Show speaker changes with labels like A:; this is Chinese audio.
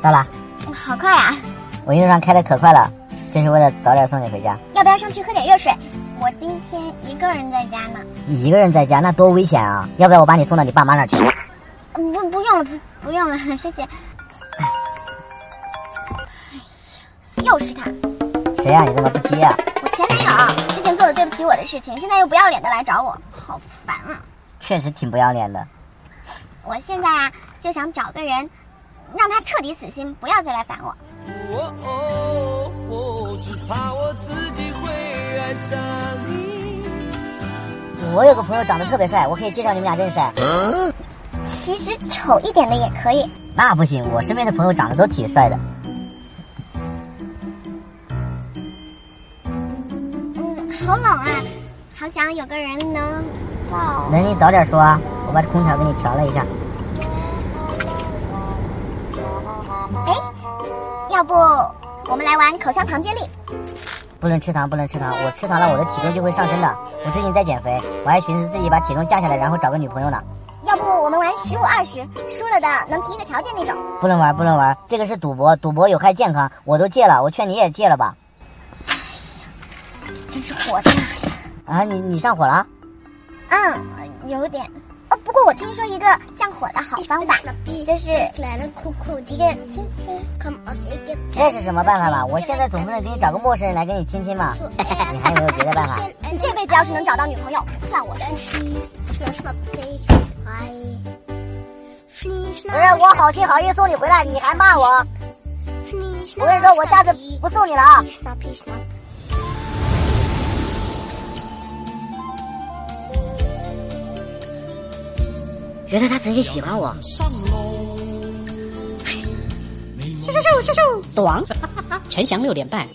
A: 到了，
B: 好快啊！
A: 我一路上开的可快了，就是为了早点送你回家。
B: 要不要上去喝点热水？我今天一个人在家呢。
A: 你一个人在家那多危险啊！要不要我把你送到你爸妈那儿去？
B: 嗯不，不用了，不，不用了， 谢谢。哎呀，又是他，
A: 谁呀、你怎么不接啊？
B: 我前男友之前做了对不起我的事情，现在又不要脸的来找我，好烦啊！
A: 确实挺不要脸的。
B: 我现在啊，就想找个人，让他彻底死心，不要再来烦我。
C: 哦哦哦，只怕我自己会爱上你。
A: 我有个朋友长得特别帅，我可以介绍你们俩认识。
B: 其实丑一点的也可以，
A: 那不行，我身边的朋友长得都挺帅的。
B: 嗯，好冷啊，好想有个人能抱。
A: 能你早点说啊，我把空调给你调了一下。
B: 哎，要不我们来玩口香糖接力？
A: 不能吃糖，不能吃糖，我吃糖了我的体重就会上升的。我最近在减肥，我还寻思自己把体重降下来，然后找个女朋友呢。
B: 要不我们玩十五二十，输了的能提一个条件那种。
A: 不能玩，不能玩，这个是赌博，赌博有害健康，我都戒了，我劝你也戒了吧。
B: 真是火大呀！
A: 啊，你你上火了？
B: 嗯，有点。哦，不过我听说一个降火的好方法，就是一个亲亲。
A: 这是什么办法吧？我现在总不能给你找 个陌生人来跟你亲亲吧？ 你还有没有别的办法？
B: 你这辈子要是能找到女朋友，算我输。
A: 不是，哎我好心好意送你回来，你还骂我？我跟你说，我下次不送你了啊！原来他曾经喜欢我，
C: 上楼。
A: 短。
D: 陈翔六点半。